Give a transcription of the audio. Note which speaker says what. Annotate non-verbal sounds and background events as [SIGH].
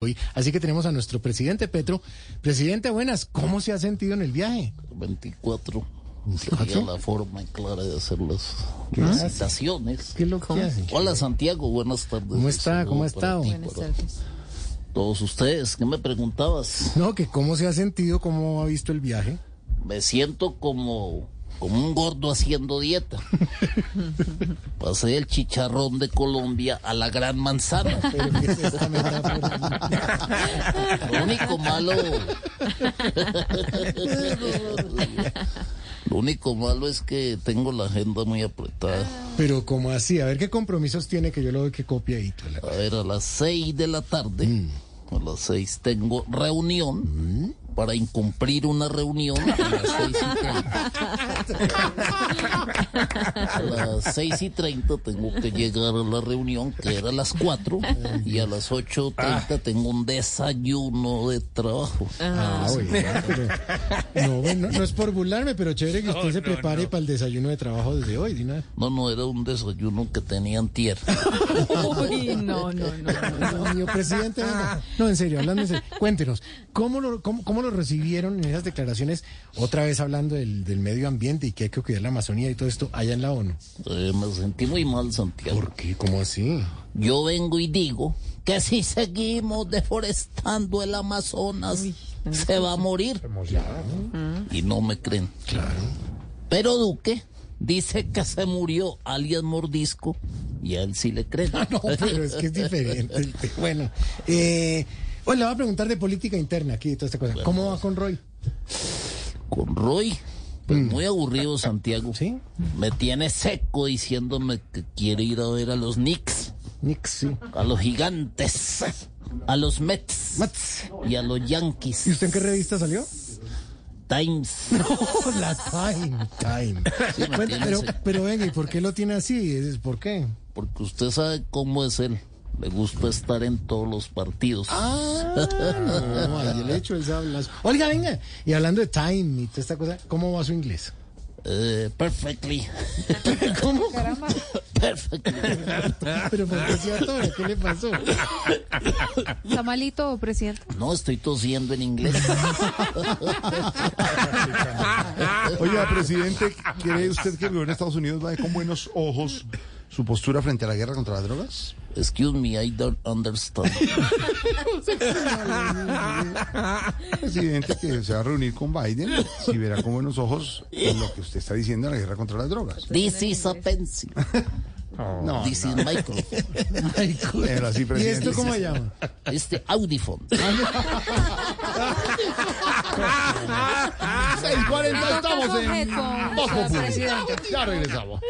Speaker 1: Hoy. Así que tenemos a nuestro presidente Petro. Presidente, buenas, ¿cómo se ha sentido en el viaje?
Speaker 2: 24.
Speaker 1: ¿24?
Speaker 2: Sería la forma clara de hacer las felicitaciones.
Speaker 1: Ah, ¿Qué es lo que hace?
Speaker 2: Hola Santiago, buenas tardes.
Speaker 1: ¿Cómo está?
Speaker 2: Un
Speaker 1: ¿Cómo ha
Speaker 2: saludo
Speaker 1: estado?
Speaker 2: para ti,
Speaker 3: Buenas
Speaker 2: para
Speaker 3: tardes.
Speaker 2: Todos ustedes, ¿qué me preguntabas?
Speaker 1: No, que cómo se ha sentido, cómo ha visto el viaje.
Speaker 2: Me siento como, como un gordo haciendo
Speaker 1: [LAUGHS]
Speaker 2: dieta. Pasé el chicharrón de Colombia a la gran manzana.
Speaker 1: Pero ¿qué es esta metáfora?
Speaker 2: Lo
Speaker 1: [LAUGHS]
Speaker 2: único malo. Lo único malo es que tengo la agenda muy apretada.
Speaker 1: Pero ¿cómo así? A ver qué compromisos tiene que yo lo doy que copia ahí. tú la-
Speaker 2: A ver, a las 6 de la tarde, a las 6 tengo reunión para incumplir una reunión a las 6 y 30. A las 6 y 30 tengo que llegar a la reunión que era a las 4 y a las 8.30 tengo un desayuno de trabajo.
Speaker 1: Ah, oye, pero- no, bueno, no es por burlarme, pero chévere que usted se prepare para el desayuno de trabajo desde hoy, Dina.
Speaker 2: No, no, era un desayuno que tenía antier.
Speaker 3: [LAUGHS] Uy, no, no, no. no.
Speaker 1: Dios mío, presidente. venga. No, en serio, hablando en serio. Cuéntenos, ¿cómo lo, cómo, cómo lo recibieron en esas declaraciones? Otra vez hablando del, del medio ambiente y que hay que cuidar la Amazonía y todo esto allá en la ONU.
Speaker 2: Eh, me sentí muy mal, Santiago.
Speaker 1: qué? ¿Cómo así?
Speaker 2: Yo vengo y digo que si seguimos deforestando el Amazonas, se va a morir. Y no me creen. Pero Duque dice que se murió alias Mordisco y a él sí le creen.
Speaker 1: [LAUGHS] Ah, No, pero es que
Speaker 2: [LAUGHS]
Speaker 1: es diferente. el tema. Bueno, eh, bueno, le voy a preguntar de política interna aquí y toda esta cosa. ¿Cómo va con Roy?
Speaker 2: Con Roy, pues muy aburrido Santiago.
Speaker 1: Mm. ¿Sí?
Speaker 2: Me tiene seco diciéndome que quiere ir a ver a los Knicks,
Speaker 1: Nix, sí.
Speaker 2: a los Gigantes, a los Mets
Speaker 1: Mats.
Speaker 2: y a los Yankees.
Speaker 1: ¿Y usted en qué revista salió?
Speaker 2: Times.
Speaker 1: la Time. Time.
Speaker 2: me
Speaker 1: Bueno,
Speaker 2: tiene
Speaker 1: pero,
Speaker 2: ese-
Speaker 1: pero venga, ¿y por qué lo tiene así? ¿Es- ¿Por qué?
Speaker 2: Porque usted sabe cómo es él. Le gusta estar en todos los partidos.
Speaker 1: Ah, no, ahí el hecho es hablar. Oiga, venga, y hablando de time y toda esta cosa, ¿cómo va su
Speaker 2: [LAUGHS]
Speaker 1: inglés?
Speaker 2: Eh, perfectly. [LAUGHS]
Speaker 1: ¿Cómo?
Speaker 2: perfectly.
Speaker 1: Pero ¿por qué se atora? ¿Qué le pasó?
Speaker 3: ¿Está malito, presidente?
Speaker 2: No estoy tosiendo en inglés.
Speaker 4: Oiga, presidente, ¿cree usted que el gobierno de Estados Unidos va con buenos ojos su postura frente a la guerra contra las drogas?
Speaker 2: Excuse me, I don't understand.
Speaker 4: Presidente, que se va a reunir con Biden si verá con buenos ojos lo que usted está diciendo en la guerra contra las drogas.
Speaker 2: This is a pencil.
Speaker 4: No,
Speaker 2: This is Michael.
Speaker 4: pero así,
Speaker 2: Pues
Speaker 1: ¿Y esto
Speaker 4: presidente.
Speaker 1: cómo se llama?
Speaker 2: This is the Audifon.
Speaker 4: 6.40 estamos en
Speaker 3: Correcto.
Speaker 4: Voz Populi.
Speaker 3: Presidente.
Speaker 4: Ya regresamos.